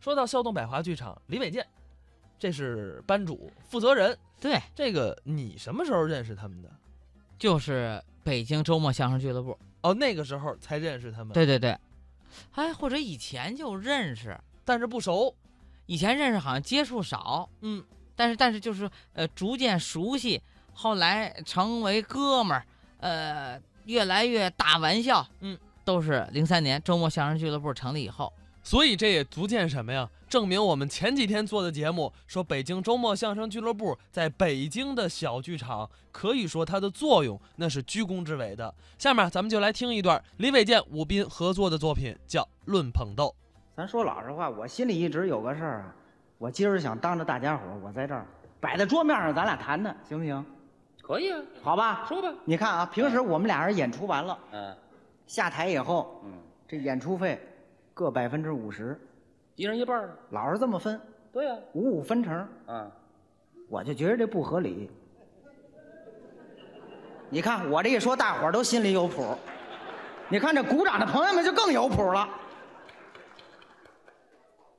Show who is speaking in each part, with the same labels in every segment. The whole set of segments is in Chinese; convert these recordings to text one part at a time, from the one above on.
Speaker 1: 说到校动百华剧场，李伟健，这是班主负责人。
Speaker 2: 对，
Speaker 1: 这个你什么时候认识他们的？
Speaker 2: 就是北京周末相声俱乐部。
Speaker 1: 哦，那个时候才认识他们，
Speaker 2: 对对对，哎，或者以前就认识，
Speaker 1: 但是不熟。
Speaker 2: 以前认识好像接触少，
Speaker 1: 嗯，
Speaker 2: 但是但是就是呃逐渐熟悉，后来成为哥们儿，呃越来越大玩笑，
Speaker 1: 嗯，
Speaker 2: 都是零三年周末相声俱乐部成立以后，
Speaker 1: 所以这也足见什么呀？证明我们前几天做的节目说，北京周末相声俱乐部在北京的小剧场，可以说它的作用那是居功至伟的。下面咱们就来听一段李伟健、武斌合作的作品，叫《论捧逗》。
Speaker 3: 咱说老实话，我心里一直有个事儿啊，我今儿想当着大家伙儿，我在这儿摆在桌面上，咱俩谈谈，行不行？
Speaker 4: 可以啊，
Speaker 3: 好吧？
Speaker 4: 说吧。
Speaker 3: 你看啊，平时我们俩人演出完了，
Speaker 4: 嗯
Speaker 3: 下台以后，
Speaker 4: 嗯，
Speaker 3: 这演出费各百分之五十，
Speaker 4: 一人一半儿。
Speaker 3: 老是这么分，
Speaker 4: 对呀、
Speaker 3: 五五分成，
Speaker 4: 啊，啊，
Speaker 3: 我就觉得这不合理。你看我这一说，大伙儿都心里有谱。你看这鼓掌的朋友们就更有谱了，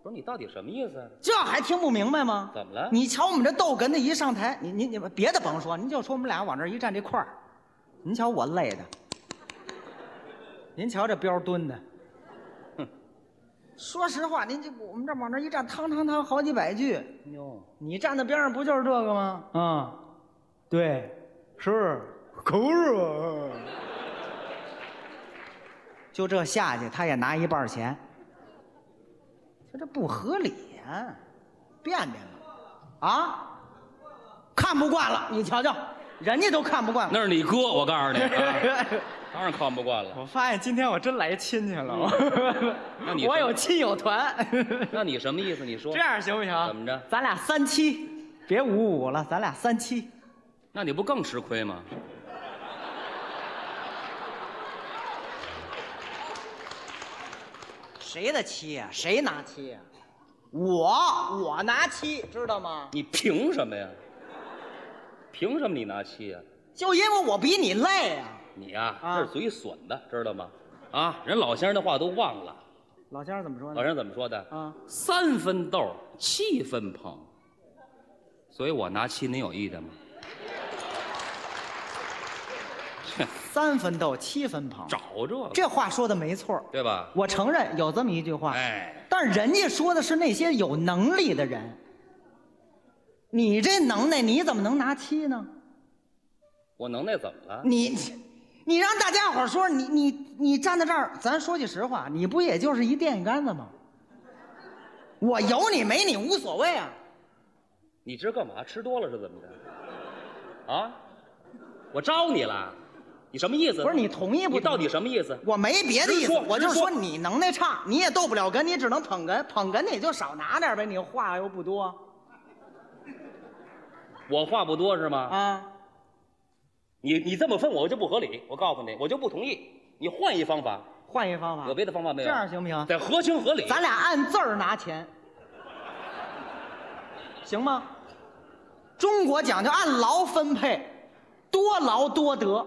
Speaker 4: 不是你到底什么意思啊？
Speaker 3: 这还听不明白吗？
Speaker 4: 怎么了？
Speaker 3: 你瞧我们这逗哏的一上台，你你你们别的甭说，您就说我们俩往这儿一站这块儿，您瞧我累的，您瞧这彪蹲的，哼，说实话，您这我们这往这儿一站，汤汤汤好几百句，
Speaker 4: 哟，
Speaker 3: 你站在边上不就是这个吗？啊，对，是，可不是嘛。就这下去，他也拿一半钱，说这不合理呀、变变吧，啊，看不惯了，你瞧瞧，人家都看不惯了。
Speaker 4: 那是你哥，我告诉你， 啊当然看不惯了。
Speaker 3: 我发现今天我真来亲戚了，
Speaker 4: 嗯那 你
Speaker 3: 我有亲友团，
Speaker 4: 那你什么意思？你 说
Speaker 3: 这样行不行？
Speaker 4: 怎么着
Speaker 3: 咱俩三七，别五五了，咱俩三七。
Speaker 4: 那你不更吃亏吗？
Speaker 3: 谁的七呀、谁拿七呀、我我拿七，知道吗？
Speaker 4: 你凭什么呀？凭什么你拿七呀、
Speaker 3: 就因为我比你累啊！
Speaker 4: 你呀、
Speaker 3: 啊
Speaker 4: 这是嘴损的，知道吗？啊，人老先生的话都忘了。
Speaker 3: 老先生怎么说
Speaker 4: 老先生怎么说的？
Speaker 3: 啊，
Speaker 4: 三分豆，七分捧。所以我拿七，您有意见吗？
Speaker 3: 三分逗，七分捧，
Speaker 4: 找这个，
Speaker 3: 这话说的没错儿。
Speaker 4: 对吧？
Speaker 3: 我承认有这么一句话，
Speaker 4: 哎，
Speaker 3: 但人家说的是那些有能力的人。你这能耐，你怎么能拿七呢？
Speaker 4: 我能耐怎么了？
Speaker 3: 你，你让大家伙儿说你你你站在这儿，咱说句实话，你不也就是一电线杆子吗？我有你没你无所谓啊。
Speaker 4: 你今儿干嘛？吃多了是怎么着？啊？我招你了？你什么意思？
Speaker 3: 不是你同意不同意
Speaker 4: 你到底什么意思？
Speaker 3: 我没别的意思
Speaker 4: 直说，
Speaker 3: 我就
Speaker 4: 直
Speaker 3: 说
Speaker 4: 说
Speaker 3: 你能耐差，你也斗不了哏，你只能捧哏，捧哏你就少拿点呗，你话又不多
Speaker 4: 我话不多是吗？
Speaker 3: 啊。
Speaker 4: 你你这么分我就不合理，我告诉你，我就不同意。你换一方法，
Speaker 3: 换一方法，
Speaker 4: 有别的方法没
Speaker 3: 啊这
Speaker 4: 有？
Speaker 3: 样行不行？
Speaker 4: 得合情合理。
Speaker 3: 咱俩按字儿拿钱，行吗？中国讲究按劳分配，多劳多得，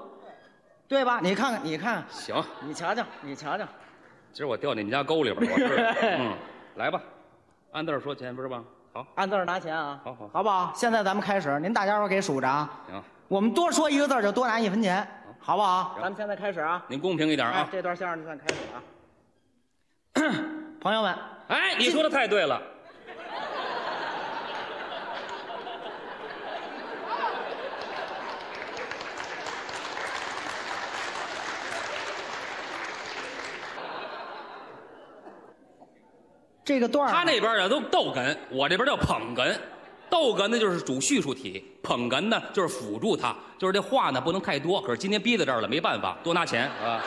Speaker 3: 对吧？你看看，你看看，
Speaker 4: 行，
Speaker 3: 你瞧瞧，你瞧瞧，
Speaker 4: 今儿我掉你们家沟里边儿，我知 道。嗯，来吧，按字儿说钱不是吧？好，
Speaker 3: 按字儿拿钱啊，
Speaker 4: 好好
Speaker 3: 好不好？现在咱们开始，您大家伙儿给数着啊，
Speaker 4: 行，
Speaker 3: 我们多说一个字儿就多拿一分钱，好不好？
Speaker 4: 行
Speaker 3: 咱们现在开始啊。
Speaker 4: 您公平一点
Speaker 3: 哎
Speaker 4: 啊，。
Speaker 3: 这段相声就算开始啊。 朋友们，
Speaker 4: 哎，你说的太对了。
Speaker 3: 这个段儿
Speaker 4: 他那边的都逗哏，我这边叫捧哏。逗哏呢就是主叙述体，捧哏呢就是辅助他，就是这话呢不能太多。可是今天逼在这儿了，没办法，多拿钱啊。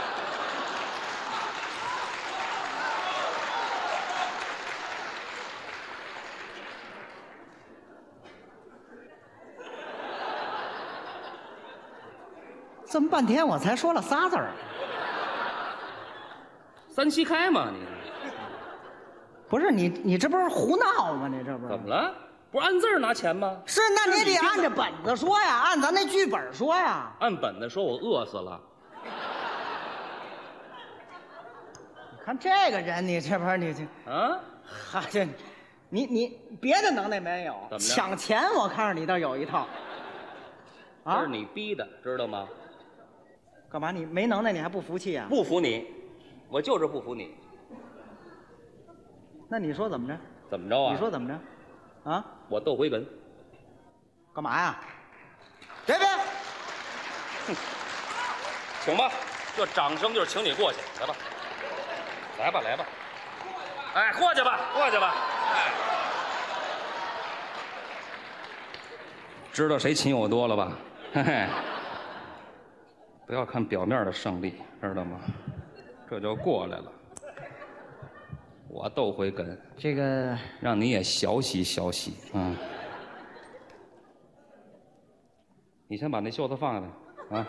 Speaker 3: 这么半天，我才说了仨字儿，
Speaker 4: 三七开嘛，你
Speaker 3: 不是你，你这不是胡闹吗？你这不是
Speaker 4: 怎么了？不是按字儿拿钱吗？
Speaker 3: 是，那你得按着本子说呀，按咱那剧本说呀。
Speaker 4: 按本子说，我饿死了。
Speaker 3: 你看这个人，你这不是你这
Speaker 4: 啊，
Speaker 3: 哈这，你你别的能耐没有
Speaker 4: 怎么，着
Speaker 3: 抢钱我看着你倒有一套。
Speaker 4: 这
Speaker 3: 啊
Speaker 4: 是，你逼的，知道吗？
Speaker 3: 干嘛你没能耐你还不服气啊？
Speaker 4: 不服你，我就是不服你，
Speaker 3: 那你说怎么着？
Speaker 4: 怎么着啊？
Speaker 3: 你说怎么着？啊？
Speaker 4: 我窦回文，
Speaker 3: 干嘛呀？别别，
Speaker 4: 行吧？这掌声就是请你过去，来吧，来吧，来吧，哎，过去吧，过去吧，哎。知道谁琴友多了吧？嘿嘿，不要看表面的胜利，知道吗？这就过来了。我窦回根，
Speaker 3: 这个
Speaker 4: 让你也学习学习啊！你先把那袖子放下来啊！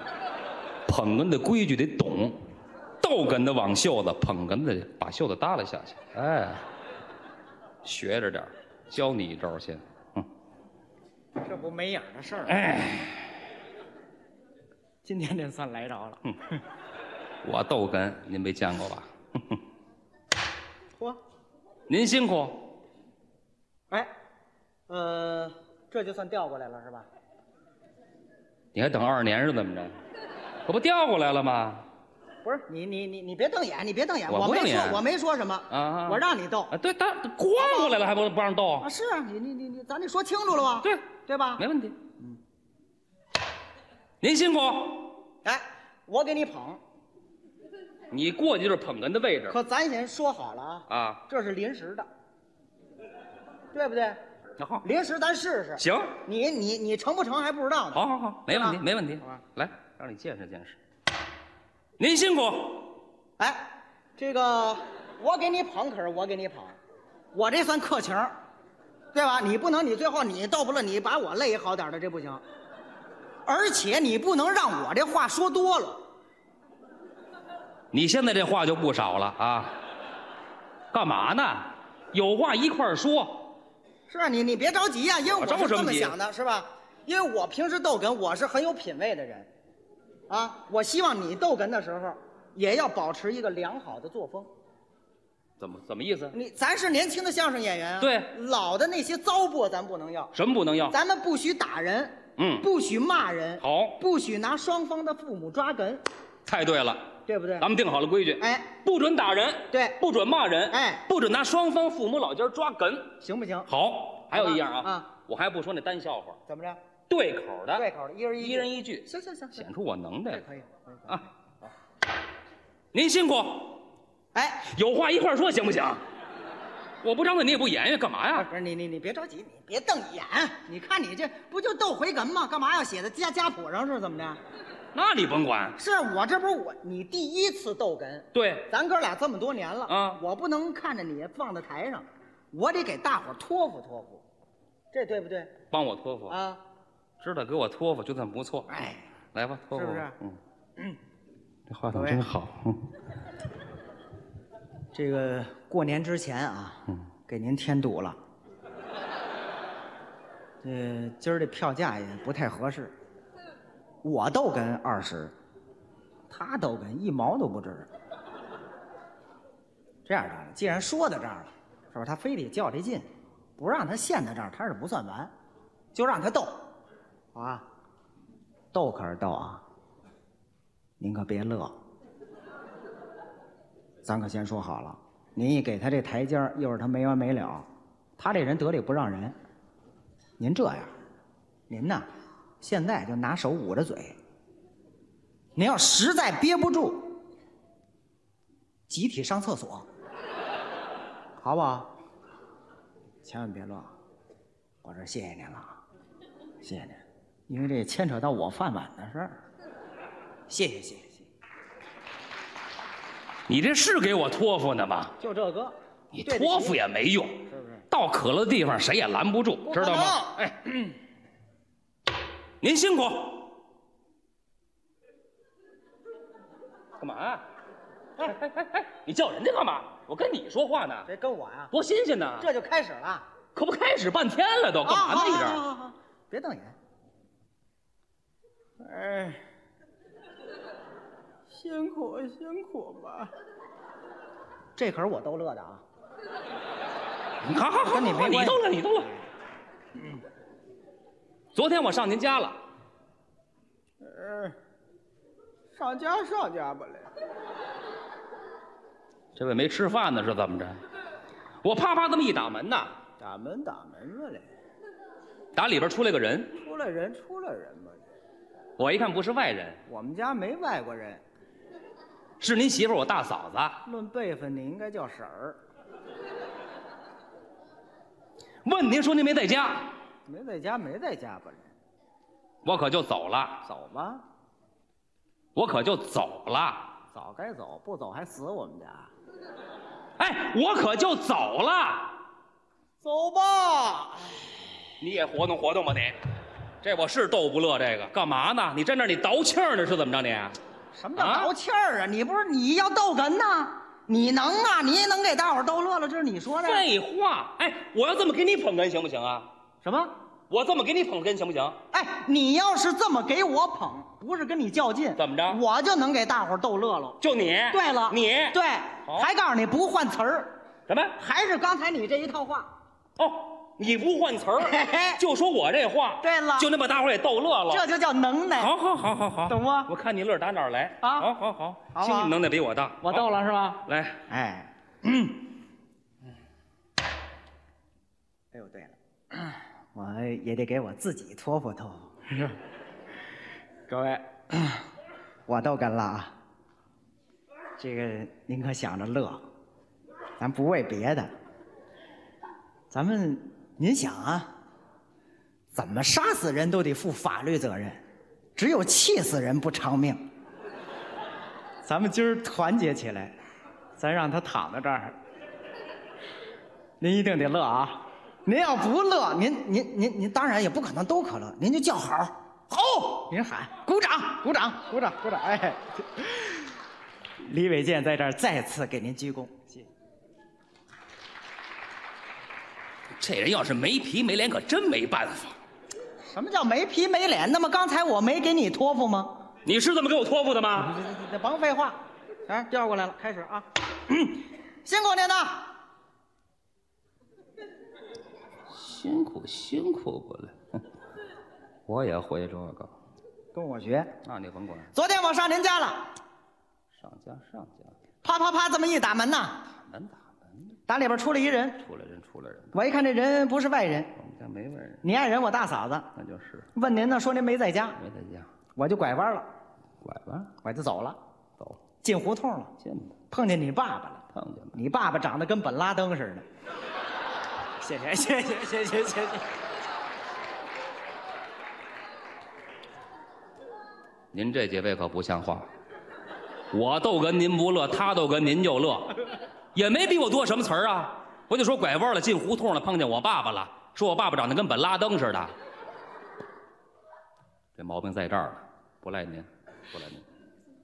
Speaker 4: 捧哏的规矩得懂，逗哏的挽袖子，捧哏的把袖子耷拉下去。哎，学着点儿教你一招先。嗯，
Speaker 3: 这不没影儿的事儿。
Speaker 4: 哎，
Speaker 3: 今天这算来着了。
Speaker 4: 嗯我逗哏您没见过吧？
Speaker 3: 嚯，
Speaker 4: 您辛苦，
Speaker 3: 哎，呃，这就算调过来了是吧？
Speaker 4: 你还等二年是怎么着？可不调过来了吗？
Speaker 3: 不是，你你你你别瞪眼，你别瞪眼，
Speaker 4: 我
Speaker 3: 我
Speaker 4: 不瞪
Speaker 3: 没说
Speaker 4: 眼
Speaker 3: 我没说什么
Speaker 4: 啊
Speaker 3: 我让你逗
Speaker 4: 啊，对，他光过来了还不不让逗
Speaker 3: 啊，？是啊，你你你你，咱得说清楚了吧？
Speaker 4: 对
Speaker 3: 对吧？
Speaker 4: 没问题。嗯，您辛苦，
Speaker 3: 哎，我给你捧，
Speaker 4: 你过去就是捧哏的位置
Speaker 3: 可咱先说好了啊，
Speaker 4: 啊。
Speaker 3: 这是临时的，对不对？
Speaker 4: 然后
Speaker 3: 临时咱试试，
Speaker 4: 行，
Speaker 3: 你你你成不成还不知道呢。
Speaker 4: 好好好，没问题，
Speaker 3: 吧
Speaker 4: 没问题
Speaker 3: 啊好吧。
Speaker 4: 来，让你见识见识。您辛苦，
Speaker 3: 哎，这个我给你捧，可是我给你捧，我这算客情儿，对吧？你不能你最后你到不了，你把我累好点儿的，这不行。而且你不能让我这话说多了，
Speaker 4: 你现在这话就不少了啊。干嘛呢？有话一块儿说。
Speaker 3: 是吧？你你别着急呀、因为
Speaker 4: 我
Speaker 3: 我
Speaker 4: 着
Speaker 3: 是
Speaker 4: 什
Speaker 3: 这
Speaker 4: 么
Speaker 3: 么
Speaker 4: 急
Speaker 3: 想的，是吧？因为我平时逗哏，我是很有品位的人，啊，我希望你逗哏的时候也要保持一个良好的作风。
Speaker 4: 怎么怎么意思？
Speaker 3: 你咱是年轻的相声演员啊，
Speaker 4: 对啊
Speaker 3: 老的那些糟粕咱不能要，
Speaker 4: 什么不能要？
Speaker 3: 咱们不许打人，
Speaker 4: 嗯
Speaker 3: 不许骂人，
Speaker 4: 好，
Speaker 3: 不许拿双方的父母抓哏，
Speaker 4: 太对了，
Speaker 3: 对不对
Speaker 4: 咱？们定好了规矩。
Speaker 3: 哎，
Speaker 4: 不准打人，
Speaker 3: 对
Speaker 4: 不准骂人，
Speaker 3: 哎
Speaker 4: 不准拿双方父母老家抓哏。
Speaker 3: 行不行？
Speaker 4: 好，还有一样啊，
Speaker 3: 啊
Speaker 4: 我还不说那单笑话，
Speaker 3: 怎么着？
Speaker 4: 对口的，
Speaker 3: 对口的，一人一句
Speaker 4: 一人一句，
Speaker 3: 行行行行，
Speaker 4: 显出我能耐
Speaker 3: 这
Speaker 4: 了
Speaker 3: 可以可以。可以
Speaker 4: 啊。您辛苦，
Speaker 3: 哎，
Speaker 4: 有话一块儿说行不行？我不张嘴你也不言语，干嘛呀？
Speaker 3: 不是你你你别着急，你别瞪眼，你看你这不就逗回哏吗？干嘛要写在家家谱上是怎么着？
Speaker 4: 那你甭管。
Speaker 3: 是我这不是我你第一次逗哏，
Speaker 4: 对，
Speaker 3: 咱哥俩这么多年了
Speaker 4: 啊
Speaker 3: 我不能看着你放在台上，我得给大伙儿托付托付，这对不对
Speaker 4: 帮我托付，
Speaker 3: 啊？
Speaker 4: 知道给我托付就算不错。
Speaker 3: 哎，
Speaker 4: 来吧，托付
Speaker 3: 是
Speaker 4: 吧。
Speaker 3: 不是
Speaker 4: 嗯，这话
Speaker 3: 各
Speaker 4: 筒
Speaker 3: 位
Speaker 4: 真好。嗯
Speaker 3: 这个过年之前啊，给您添堵了。呃，今儿这票价也不太合适，我逗哏二十，他逗哏一毛都不值。这样着了，既然说到这儿了，是吧？他非得较这劲，不让他陷在这儿，他是不算完，就让他逗，啊，逗可是逗啊，您可别乐。咱可先说好了，您一给他这台阶儿，一会儿他没完没了。他这人得理不让人。您这样，您呐，现在就拿手捂着嘴。您要实在憋不住，集体上厕所，好不好？千万别乱，我这谢谢您了啊，谢谢您，因为这牵扯到我饭碗的事儿。谢谢谢谢谢谢，
Speaker 4: 你这是给我托付呢吗？
Speaker 3: 就这个，
Speaker 4: 你
Speaker 3: 对得
Speaker 4: 托
Speaker 3: 起
Speaker 4: 付也没用，
Speaker 3: 是不是？
Speaker 4: 到渴了的地方谁也拦不住，知道吗？哎， 您辛苦。干嘛呀？哎哎哎哎，你叫人家干嘛？我跟你说话呢，
Speaker 3: 谁跟我呀、
Speaker 4: 多新鲜呐！
Speaker 3: 这就开始了。
Speaker 4: 可不开始半天了都，干嘛
Speaker 3: 好
Speaker 4: 呢？你
Speaker 3: 好好
Speaker 4: 这
Speaker 3: 好好别瞪眼。哎，辛苦辛苦吧。这可是我逗乐的啊！
Speaker 4: 好好好，
Speaker 3: 跟你没关系
Speaker 4: 你动了，你动了。昨天我上您家了，
Speaker 3: 呃，上家上家吧嘞。
Speaker 4: 这位没吃饭呢是怎么着？我啪啪这么一打门呐，
Speaker 3: 打门打门吧嘞，
Speaker 4: 打里边出来个人，
Speaker 3: 出来人出来人吧嘞。
Speaker 4: 我一看不是外人，
Speaker 3: 我们家没外国人，
Speaker 4: 是您媳妇儿我大嫂子。
Speaker 3: 论辈分你应该叫婶儿，
Speaker 4: 问您说您没在家，
Speaker 3: 没在家没在家吧嘞。
Speaker 4: 我可就走了，
Speaker 3: 走吧，
Speaker 4: 我可就走了，
Speaker 3: 早该走，不走还死我们家。
Speaker 4: 哎，我可就走了。
Speaker 3: 走吧，
Speaker 4: 你也活动活动吧你，这我是逗不乐这个干嘛呢？你站那儿你倒气儿呢是怎么着你？啊
Speaker 3: 什么叫倒气儿啊？你不是你要逗哏呐？你能啊？你也能给大伙儿逗乐了，这是你啊说的。
Speaker 4: 废话，哎，我要这么给你捧哏行不行啊？
Speaker 3: 什么？
Speaker 4: 我这么给你捧哏行不行？
Speaker 3: 哎，你要是这么给我捧，不是跟你较劲，
Speaker 4: 怎么着
Speaker 3: 我就能给大伙儿逗乐了。
Speaker 4: 就你，
Speaker 3: 对了，
Speaker 4: 你
Speaker 3: 对
Speaker 4: 好，
Speaker 3: 还告诉你不换词儿，
Speaker 4: 什么？
Speaker 3: 还是刚才你这一套话。
Speaker 4: 哦，你不换词
Speaker 3: 嘿嘿
Speaker 4: 儿，就说我这话，
Speaker 3: 对了
Speaker 4: 就能把大伙儿也逗乐了。
Speaker 3: 这就叫能耐，
Speaker 4: 好好好好好，
Speaker 3: 懂吗
Speaker 4: 我看你乐打哪儿来
Speaker 3: 啊
Speaker 4: 好好好，
Speaker 3: 好
Speaker 4: 兴许
Speaker 3: 吧
Speaker 4: 你能耐比我大，
Speaker 3: 我
Speaker 4: 好
Speaker 3: 逗了是吧？
Speaker 4: 来，
Speaker 3: 哎，哎呦，对了，我也得给我自己托付托付。各位，我逗哏了啊，这个您可想着乐，咱不为别的，咱们您想啊，怎么杀死人都得负法律责任，只有气死人不偿命。咱们今儿团结起来，咱让他躺在这儿。您一定得乐啊！您要不乐，您您您您当然也不可能都可乐，您就叫好，好，您喊鼓掌，鼓掌，鼓掌，鼓掌，哎。李伟健在这儿再次给您鞠躬，谢谢。
Speaker 4: 这人要是没皮没脸，可真没办法。
Speaker 3: 什么叫没皮没脸？那么刚才我没给你托付吗？
Speaker 4: 你是这么给我托付的吗？
Speaker 3: 这甭废话，哎，调过来了，开始啊！ 辛苦您了。
Speaker 4: 辛苦辛苦不了，我也会这个，
Speaker 3: 跟我学。
Speaker 4: 那你甭管，
Speaker 3: 昨天我上您家了，
Speaker 4: 上家上家，
Speaker 3: 啪啪啪这么一打门呐，
Speaker 4: 打门打门，
Speaker 3: 打里边出来一人，
Speaker 4: 出来人出来人，
Speaker 3: 我一看这人不是外人，
Speaker 4: 我们家没外人，
Speaker 3: 你爱人我大嫂子，
Speaker 4: 那就是
Speaker 3: 问您呢，说您没在家，
Speaker 4: 没在家，
Speaker 3: 我就拐弯了，
Speaker 4: 拐吧，
Speaker 3: 我就走了，
Speaker 4: 走了，
Speaker 3: 进胡同了，
Speaker 4: 见吧，
Speaker 3: 碰见你爸爸了，
Speaker 4: 碰见吧。
Speaker 3: 你爸爸长得跟本拉登似的。谢谢谢谢谢谢谢谢。
Speaker 4: 您这几位可不像话，我逗哏您不乐，他逗哏您就乐，也没比我多什么词儿啊。我就说拐弯了，进胡同了，碰见我爸爸了，说我爸爸长得跟本拉登似的，这毛病在这儿了，不赖您，不赖您。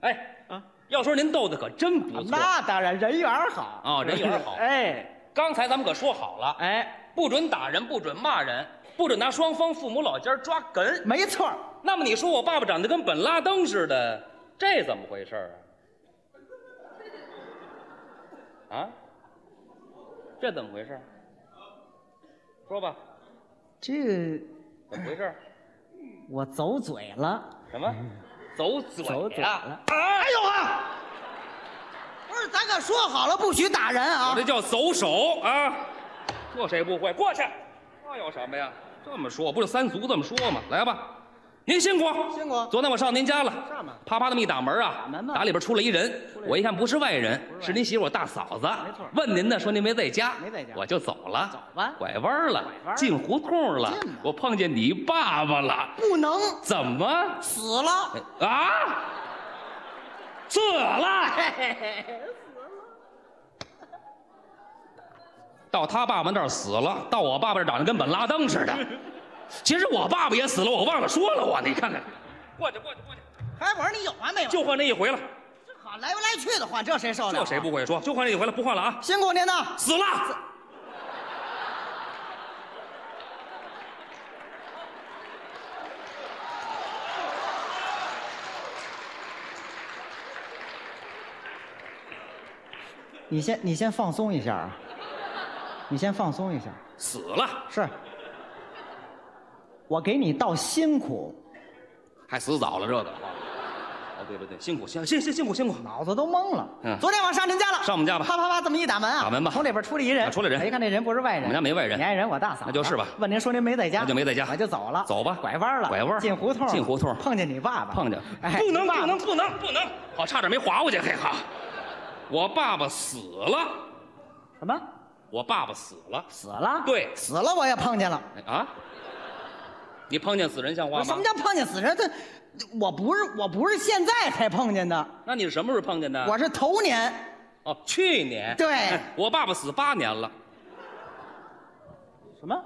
Speaker 4: 哎
Speaker 3: 啊，
Speaker 4: 要说您逗的可真不错。
Speaker 3: 那当然，人缘儿好
Speaker 4: 哦人缘儿好
Speaker 3: 哎
Speaker 4: 刚才咱们可说好了，
Speaker 3: 哎，
Speaker 4: 不准打人，不准骂人，不准拿双方父母老家抓哏。
Speaker 3: 没错儿，
Speaker 4: 那么你说我爸爸长得跟本拉登似的，这怎么回事儿啊？啊？这怎么回事儿？说吧，
Speaker 3: 这个
Speaker 4: 怎么回事儿？
Speaker 3: 我走嘴了，
Speaker 4: 什么？走嘴
Speaker 3: 嗯
Speaker 4: 呀、
Speaker 3: 走嘴了。
Speaker 4: 哎呦啊！
Speaker 3: 不是，咱可说好了不许打人啊
Speaker 4: 我这叫走手啊，这谁不会？过去，那有什么呀？这么说不是三俗这么说吗？来吧，您辛苦，
Speaker 3: 辛苦
Speaker 4: 昨天我上您家了，
Speaker 3: 上吧
Speaker 4: 啪啪那么一打门啊，
Speaker 3: 打门嘛
Speaker 4: 里边出来一人，我一看不是外人，
Speaker 3: 不是外人
Speaker 4: 是您媳妇我大嫂子。
Speaker 3: 没错
Speaker 4: 问您呢，说您没在家，
Speaker 3: 没在家
Speaker 4: 我就走了，
Speaker 3: 走吧
Speaker 4: 拐弯了，
Speaker 3: 弯
Speaker 4: 进胡同了
Speaker 3: 进吧，
Speaker 4: 我碰见你爸爸了，
Speaker 3: 不能
Speaker 4: 怎么
Speaker 3: 死了。
Speaker 4: 哎啊？死 了。到他爸爸那儿死了，到我爸爸这儿长得跟本拉 登似的。其实我爸爸也死了，我忘了说了我，你看看，过去过去过去，
Speaker 3: 哎，我说你有完没完？
Speaker 4: 就换这一回了，
Speaker 3: 这好来来去的换，这谁受得了、啊
Speaker 4: 这谁不？会说？就换这一回了，不换了啊！
Speaker 3: 辛苦您呢。
Speaker 4: 死了，
Speaker 3: 你先你先放松一下啊。你先放松一下。
Speaker 4: 死了
Speaker 3: 是，我给你道辛苦，
Speaker 4: 还死早了这个。哦，对对对，辛苦辛辛辛辛苦辛苦。
Speaker 3: 脑子都懵了。
Speaker 4: 嗯
Speaker 3: 昨天晚上您家了，
Speaker 4: 上我们家吧
Speaker 3: 啪啪啪，这么一打门啊，
Speaker 4: 打门吧
Speaker 3: 从里边出来一人，
Speaker 4: 啊出来人
Speaker 3: 我一看那人不是外人，
Speaker 4: 我们家没外人
Speaker 3: 你爱人我大嫂，啊
Speaker 4: 那就是吧
Speaker 3: 问您说您没在家，
Speaker 4: 那就没在家
Speaker 3: 我就走了，
Speaker 4: 走吧
Speaker 3: 拐弯了，
Speaker 4: 拐弯
Speaker 3: 进胡同了，
Speaker 4: 进胡同
Speaker 3: 碰见你爸爸，
Speaker 4: 碰见，
Speaker 3: 哎，
Speaker 4: 不能
Speaker 3: 你爸
Speaker 4: 不
Speaker 3: 爸
Speaker 4: 能不能不能，好，差点没划过去，嘿哈，我爸爸死了，
Speaker 3: 什么
Speaker 4: 我爸爸死了，
Speaker 3: 死了，
Speaker 4: 对
Speaker 3: 死了我也碰见了，
Speaker 4: 哎啊，你碰见死人像话
Speaker 3: 我什
Speaker 4: 吗
Speaker 3: 么？叫碰见死人？这我不是我不是现在才碰见的，
Speaker 4: 那你是什么时候碰见的？
Speaker 3: 我是头年，
Speaker 4: 哦，去年。
Speaker 3: 对
Speaker 4: 哎我爸爸死八年了，
Speaker 3: 什么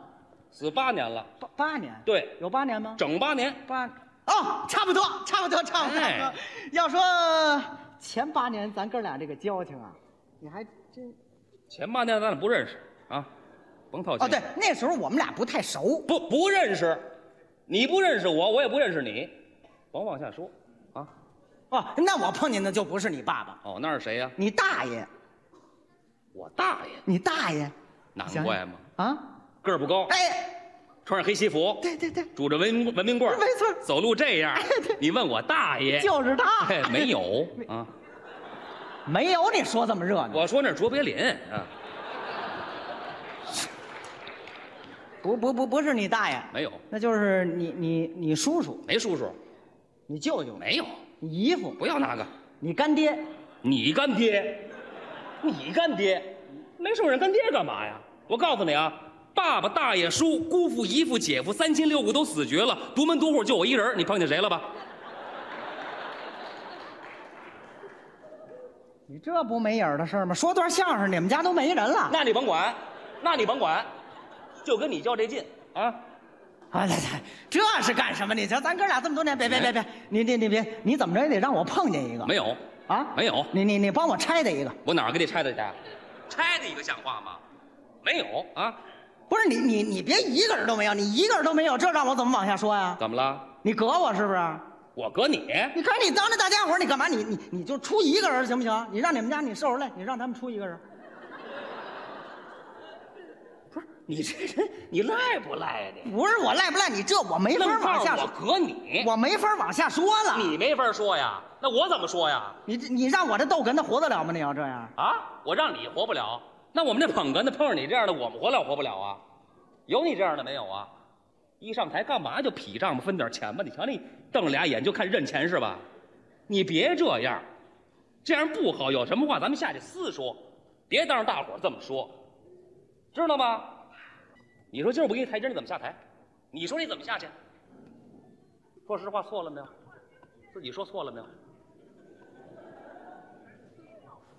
Speaker 4: 死八年了，
Speaker 3: 八八年，
Speaker 4: 对，
Speaker 3: 有八年吗？
Speaker 4: 整八年。
Speaker 3: 八哦，差不多，差不多，差不多。
Speaker 4: 哎
Speaker 3: 差不多要说前八年咱哥俩这个交情啊，你还真
Speaker 4: 前八年咱俩不认识啊，甭套近
Speaker 3: 哦，
Speaker 4: 乎
Speaker 3: 对，那时候我们俩不太熟。
Speaker 4: 不不认识，你不认识我，我也不认识你，甭往下说啊。
Speaker 3: 哦，那我碰见的就不是你爸爸，
Speaker 4: 哦，那是谁呀、
Speaker 3: 你大爷，
Speaker 4: 我大爷，
Speaker 3: 你大爷
Speaker 4: 难
Speaker 3: 想
Speaker 4: 怪嘛，
Speaker 3: 啊！
Speaker 4: 个儿不高，
Speaker 3: 哎，穿
Speaker 4: 穿上黑西服，
Speaker 3: 对对对，
Speaker 4: 拄着文明文明棍儿
Speaker 3: 没错哎
Speaker 4: 走路这样。你问我大爷，
Speaker 3: 就是他。
Speaker 4: 哎没有啊？
Speaker 3: 没有你说这么热闹，
Speaker 4: 我说那是卓别林啊，
Speaker 3: 不不不，不是你大爷，
Speaker 4: 没有，
Speaker 3: 那就是你你你叔叔，
Speaker 4: 没叔叔，
Speaker 3: 你舅舅，
Speaker 4: 没有，
Speaker 3: 你姨父，
Speaker 4: 不要那个，
Speaker 3: 你干爹，
Speaker 4: 你干爹，你干爹，没事我认干爹干嘛呀？我告诉你啊，爸爸、大爷、叔、姑父、姨父、姐夫，三亲六故都死绝了，独门独户就我一人儿，你碰见谁了吧？
Speaker 3: 你这不没影儿的事儿吗？说段相声，你们家都没人了。
Speaker 4: 那你甭管，那你甭管，就跟你较这劲啊！
Speaker 3: 哎，来来，这是干什么？你瞧，咱哥俩这么多年，别别别别，你你你别，你怎么着也得让我碰见一个
Speaker 4: 哎没有，
Speaker 3: 啊！
Speaker 4: 没有，
Speaker 3: 你你你帮我拆的一个，
Speaker 4: 我哪儿给你拆的去？拆的一个像话吗？没有啊？
Speaker 3: 不是你你你别一个人都没有，你一个人都没有，这让我怎么往下说呀？
Speaker 4: 怎么了？
Speaker 3: 你隔我是不是？
Speaker 4: 我搁你？
Speaker 3: 你看你当着大家伙儿，你干嘛？你你你就出一个人行不行？你让你们家你受受累，你让他们出一个人。
Speaker 4: 你这人，你赖不赖呀、你？
Speaker 3: 不是我赖不赖你这，我没法
Speaker 4: 愣
Speaker 3: 往下
Speaker 4: 告诉我
Speaker 3: 说，
Speaker 4: 搁你，
Speaker 3: 我没法往下说了。
Speaker 4: 你没法说呀。那我怎么说呀？
Speaker 3: 你这你让我这逗哏的活得了吗？你要这样，
Speaker 4: 啊，我让你活不了，那我们这捧哏的碰上你这样的，我们活了活不了啊？有你这样的没有啊？一上台干嘛就劈账吧，分点钱吧？你瞧你瞪着俩眼就看认钱是吧？你别这样，这样不好。有什么话咱们下去私说，别当着大伙儿这么说，知道吗？你说今儿不给你台阶，你怎么下台？你说你怎么下去？说实话错了没有？自己说错了没有？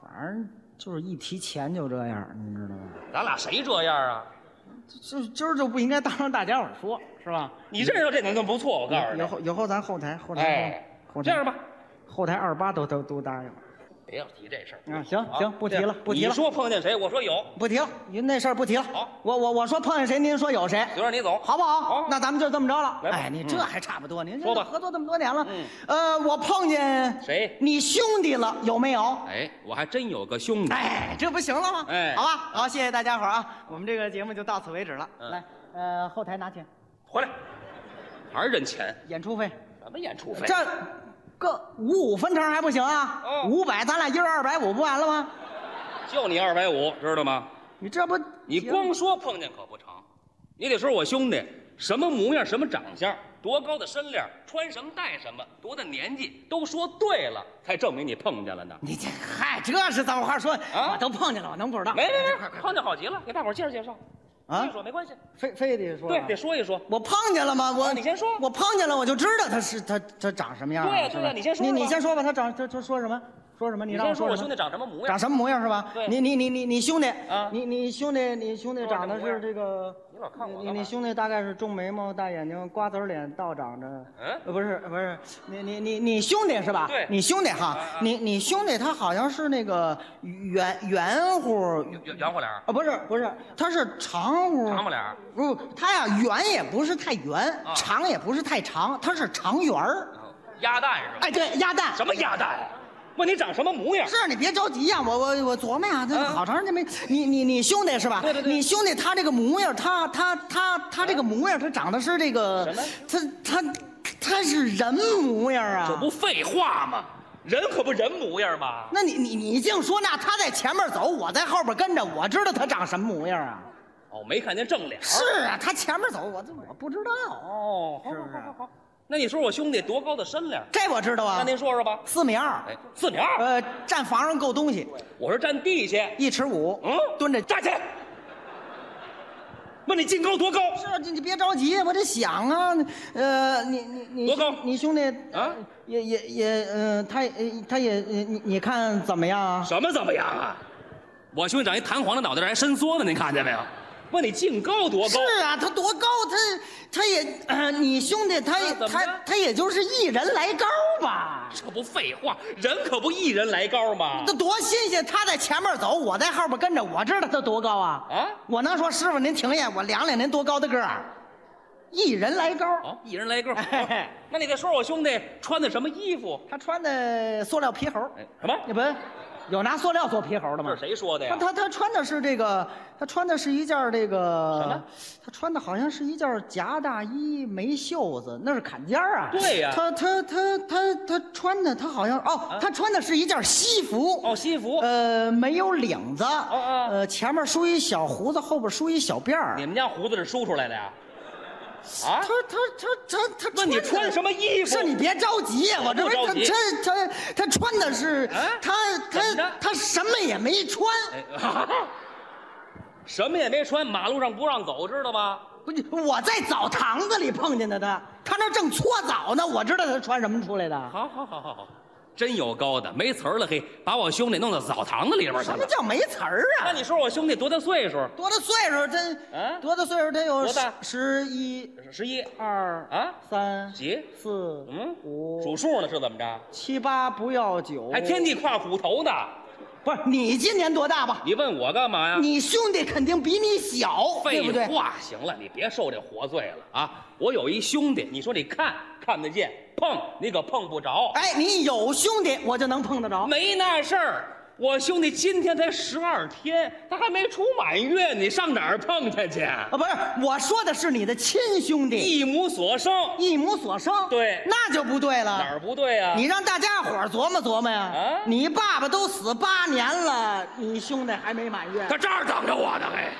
Speaker 3: 反正就是一提钱就这样，你知道吗？
Speaker 4: 咱俩谁这样啊？
Speaker 3: 就今儿就不应该当着大家伙儿说，是吧？
Speaker 4: 你认识到这男的不错，我告诉你。
Speaker 3: 以后以后咱后台后台、
Speaker 4: 哎，
Speaker 3: 后台
Speaker 4: 这样吧，
Speaker 3: 后台二八都都都答应
Speaker 4: 别要提这事儿
Speaker 3: 啊，行
Speaker 4: 啊
Speaker 3: 行，不提
Speaker 4: 这
Speaker 3: 了
Speaker 4: 样
Speaker 3: 不提了
Speaker 4: 你，说碰见谁，我说有，
Speaker 3: 不提了，您那事儿不提了。
Speaker 4: 好
Speaker 3: 我我我说碰见谁，您说有谁，
Speaker 4: 就让你走，
Speaker 3: 好不好？
Speaker 4: 好
Speaker 3: 那咱们就这么着了。
Speaker 4: 来吧
Speaker 3: 哎，你这还差不多，您
Speaker 4: 说吧
Speaker 3: 这合作这么多年了
Speaker 4: 嗯，
Speaker 3: 呃，我碰见
Speaker 4: 谁
Speaker 3: 你兄弟了，有没有？
Speaker 4: 哎，我还真有个兄弟，
Speaker 3: 哎，这不行了吗？
Speaker 4: 哎
Speaker 3: 好吧，好，谢谢大家伙儿啊，我们这个节目就到此为止了。
Speaker 4: 嗯
Speaker 3: 来，呃，后台拿钱，
Speaker 4: 回来，还是认钱，
Speaker 3: 演出费，
Speaker 4: 什么演出费？
Speaker 3: 这个五五分成还不行啊？
Speaker 4: 哦
Speaker 3: 五百，咱俩一人二百五，不完了吗？
Speaker 4: 就你二百五，知道吗？
Speaker 3: 你这不
Speaker 4: 你光说碰见可不成，你得说我兄弟什么模样、什么长相、多高的身量、穿什么戴什么、多大年纪，都说对了，才证明你碰见了呢。
Speaker 3: 你这嗨，这是怎么话说？我都碰见了，我能不知道？
Speaker 4: 啊没没没，碰见好极了，给大伙儿介绍介绍。
Speaker 3: 啊
Speaker 4: 你说没关系，
Speaker 3: 非非得说
Speaker 4: 对，得
Speaker 3: 啊
Speaker 4: 说一说。
Speaker 3: 我碰见了吗？我、
Speaker 4: 啊你先说
Speaker 3: 我碰见了，我就知道他是他他长什么样了。
Speaker 4: 对呀
Speaker 3: 是吧
Speaker 4: 对呀你先说
Speaker 3: 你
Speaker 4: 吧
Speaker 3: 你先说吧，他长他他说什么？说什么？你
Speaker 4: 你
Speaker 3: 让
Speaker 4: 先
Speaker 3: 我
Speaker 4: 说我
Speaker 3: 什
Speaker 4: 兄
Speaker 3: 么
Speaker 4: 弟？长什么模样
Speaker 3: 长？什么模样是吧？
Speaker 4: 对
Speaker 3: 你你你你你兄弟
Speaker 4: 啊
Speaker 3: 你你兄弟你兄弟长得
Speaker 4: 说我
Speaker 3: 是
Speaker 4: 什么模样
Speaker 3: 这个，
Speaker 4: 你老看我
Speaker 3: 你
Speaker 4: 干嘛
Speaker 3: 你兄弟大概是重眉毛、大眼睛、瓜子儿脸、倒长着。
Speaker 4: 嗯
Speaker 3: 呃不是不是，你你你你兄弟是吧？
Speaker 4: 对
Speaker 3: 你兄弟哈
Speaker 4: 啊啊，
Speaker 3: 你你兄弟他好像是那个圆圆乎。
Speaker 4: 圆圆乎脸儿，
Speaker 3: 啊，不是不是，他是长乎，
Speaker 4: 长不脸儿。
Speaker 3: 不，它呀圆也不是太圆，
Speaker 4: 啊
Speaker 3: 长也不是太长，它是长圆儿。
Speaker 4: 鸭蛋是吧？
Speaker 3: 哎，对，鸭蛋
Speaker 4: 什么鸭蛋？啊问你长什么模样？
Speaker 3: 是你别着急呀、我我我琢磨呀、这好长时间没你你你兄弟是吧？
Speaker 4: 嗯对对对
Speaker 3: 你兄弟他这个模样，他他他他这个模样，他长得是这个
Speaker 4: 什么
Speaker 3: 他他他是人模样啊？
Speaker 4: 这不废话吗？人可不人模样吗？
Speaker 3: 那你你你净说那他在前面走，我在后边跟着，我知道他长什么模样啊？
Speaker 4: 哦，没看见正脸。
Speaker 3: 是啊，他前面走，我这我不知道，
Speaker 4: 哦，好
Speaker 3: 是不
Speaker 4: 好好
Speaker 3: 是？
Speaker 4: 好。那你说我兄弟多高的身量？
Speaker 3: 这我知道
Speaker 4: 那
Speaker 3: 啊，
Speaker 4: 您说说吧。
Speaker 3: 四米二，
Speaker 4: 哎，四米二，
Speaker 3: 呃，站房上够东西，
Speaker 4: 我是占地去。
Speaker 3: 一尺五，
Speaker 4: 嗯，
Speaker 3: 蹲着
Speaker 4: 站起来。问你净高多高？
Speaker 3: 是啊，你你别着急，我得想啊。呃，你你你
Speaker 4: 多高
Speaker 3: 你兄弟
Speaker 4: 啊？
Speaker 3: 也也也，呃，他也呃他也，呃你你看怎么样啊？
Speaker 4: 什么怎么样啊？我兄弟长一弹簧的脑袋，还伸缩呢，您看见没有？问你净高多高？
Speaker 3: 是啊，他多高？他他也，呃，你兄弟他也
Speaker 4: 啊怎么
Speaker 3: 他
Speaker 4: 着
Speaker 3: 他也就是一人来高吧？
Speaker 4: 这不废话，人可不一人来高吗
Speaker 3: 这？多新鲜！他在前面走，我在后边跟着，我知道他多高啊！
Speaker 4: 啊
Speaker 3: 我能说师傅您停下，我量量您多高的个儿？一人来高，
Speaker 4: 啊，一人来高。
Speaker 3: 嘿嘿
Speaker 4: 那你再说说我兄弟穿的什么衣服？
Speaker 3: 他穿的塑料皮猴，
Speaker 4: 哎，什么？
Speaker 3: 你不有拿塑料做皮猴的
Speaker 4: 这
Speaker 3: 吗？
Speaker 4: 是谁说的
Speaker 3: 他
Speaker 4: 呀？
Speaker 3: 他他穿的是这个，他穿的是一件这
Speaker 4: 什
Speaker 3: 个
Speaker 4: 么，
Speaker 3: 他穿的好像是一件夹大衣，没袖子，那是坎肩儿啊。
Speaker 4: 对呀啊
Speaker 3: 他他他他他穿的，他好像哦，他穿的是一件西服。
Speaker 4: 哦，西服。
Speaker 3: 呃，没有领子，
Speaker 4: 哦
Speaker 3: 呃，前面梳一小胡子，后边梳一小辫儿
Speaker 4: 你。们家胡子是梳出来的呀？啊
Speaker 3: 他？他他他他，
Speaker 4: 问你穿什么衣服？
Speaker 3: 是你别着急，我这
Speaker 4: 不着急
Speaker 3: 他他他他穿的是
Speaker 4: 啊
Speaker 3: 他
Speaker 4: 怎么
Speaker 3: 他
Speaker 4: 着
Speaker 3: 他什么也没穿，
Speaker 4: 哎， 啊什么也没穿，马路上不让走，知道吗？
Speaker 3: 不是，我在澡堂子里碰见的他，他那正搓澡呢，我知道他穿什么出来的。
Speaker 4: 好好好好好，真有高的，没词儿了嘿，把我兄弟弄到澡堂子里边去
Speaker 3: 什么
Speaker 4: 了。
Speaker 3: 叫没词儿
Speaker 4: 那
Speaker 3: 啊？
Speaker 4: 你说我兄弟多大岁数？
Speaker 3: 多大岁数？他、
Speaker 4: 啊
Speaker 3: 多大岁数？他有
Speaker 4: 多大
Speaker 3: 十一、
Speaker 4: 十一
Speaker 3: 二、
Speaker 4: 啊？
Speaker 3: 三、
Speaker 4: 几？
Speaker 3: 四、
Speaker 4: 嗯数
Speaker 3: 五、
Speaker 4: 数呢是怎么着？
Speaker 3: 七八，不要九。
Speaker 4: 还天地跨虎头呢？
Speaker 3: 不是你今年多大吧？
Speaker 4: 你问我干嘛呀？
Speaker 3: 你兄弟肯定比你小，对不
Speaker 4: 废
Speaker 3: 对？
Speaker 4: 话，行了，你别受这活罪了啊！我有一兄弟，你说你看看得见，碰你可碰不着，
Speaker 3: 哎，你有兄弟，我就能碰得着。
Speaker 4: 没那事儿。我兄弟今天才十二天，他还没出满月，你上哪儿碰他去？
Speaker 3: 啊，不是，我说的是你的亲兄弟，
Speaker 4: 一母所生，
Speaker 3: 一母所生，
Speaker 4: 对
Speaker 3: 那就不对了。
Speaker 4: 哪儿不对啊？
Speaker 3: 你让大家伙儿琢磨琢磨呀
Speaker 4: 啊。
Speaker 3: 你爸爸都死八年了，你兄弟还没满月。
Speaker 4: 他这儿等着我呢，嘿。哎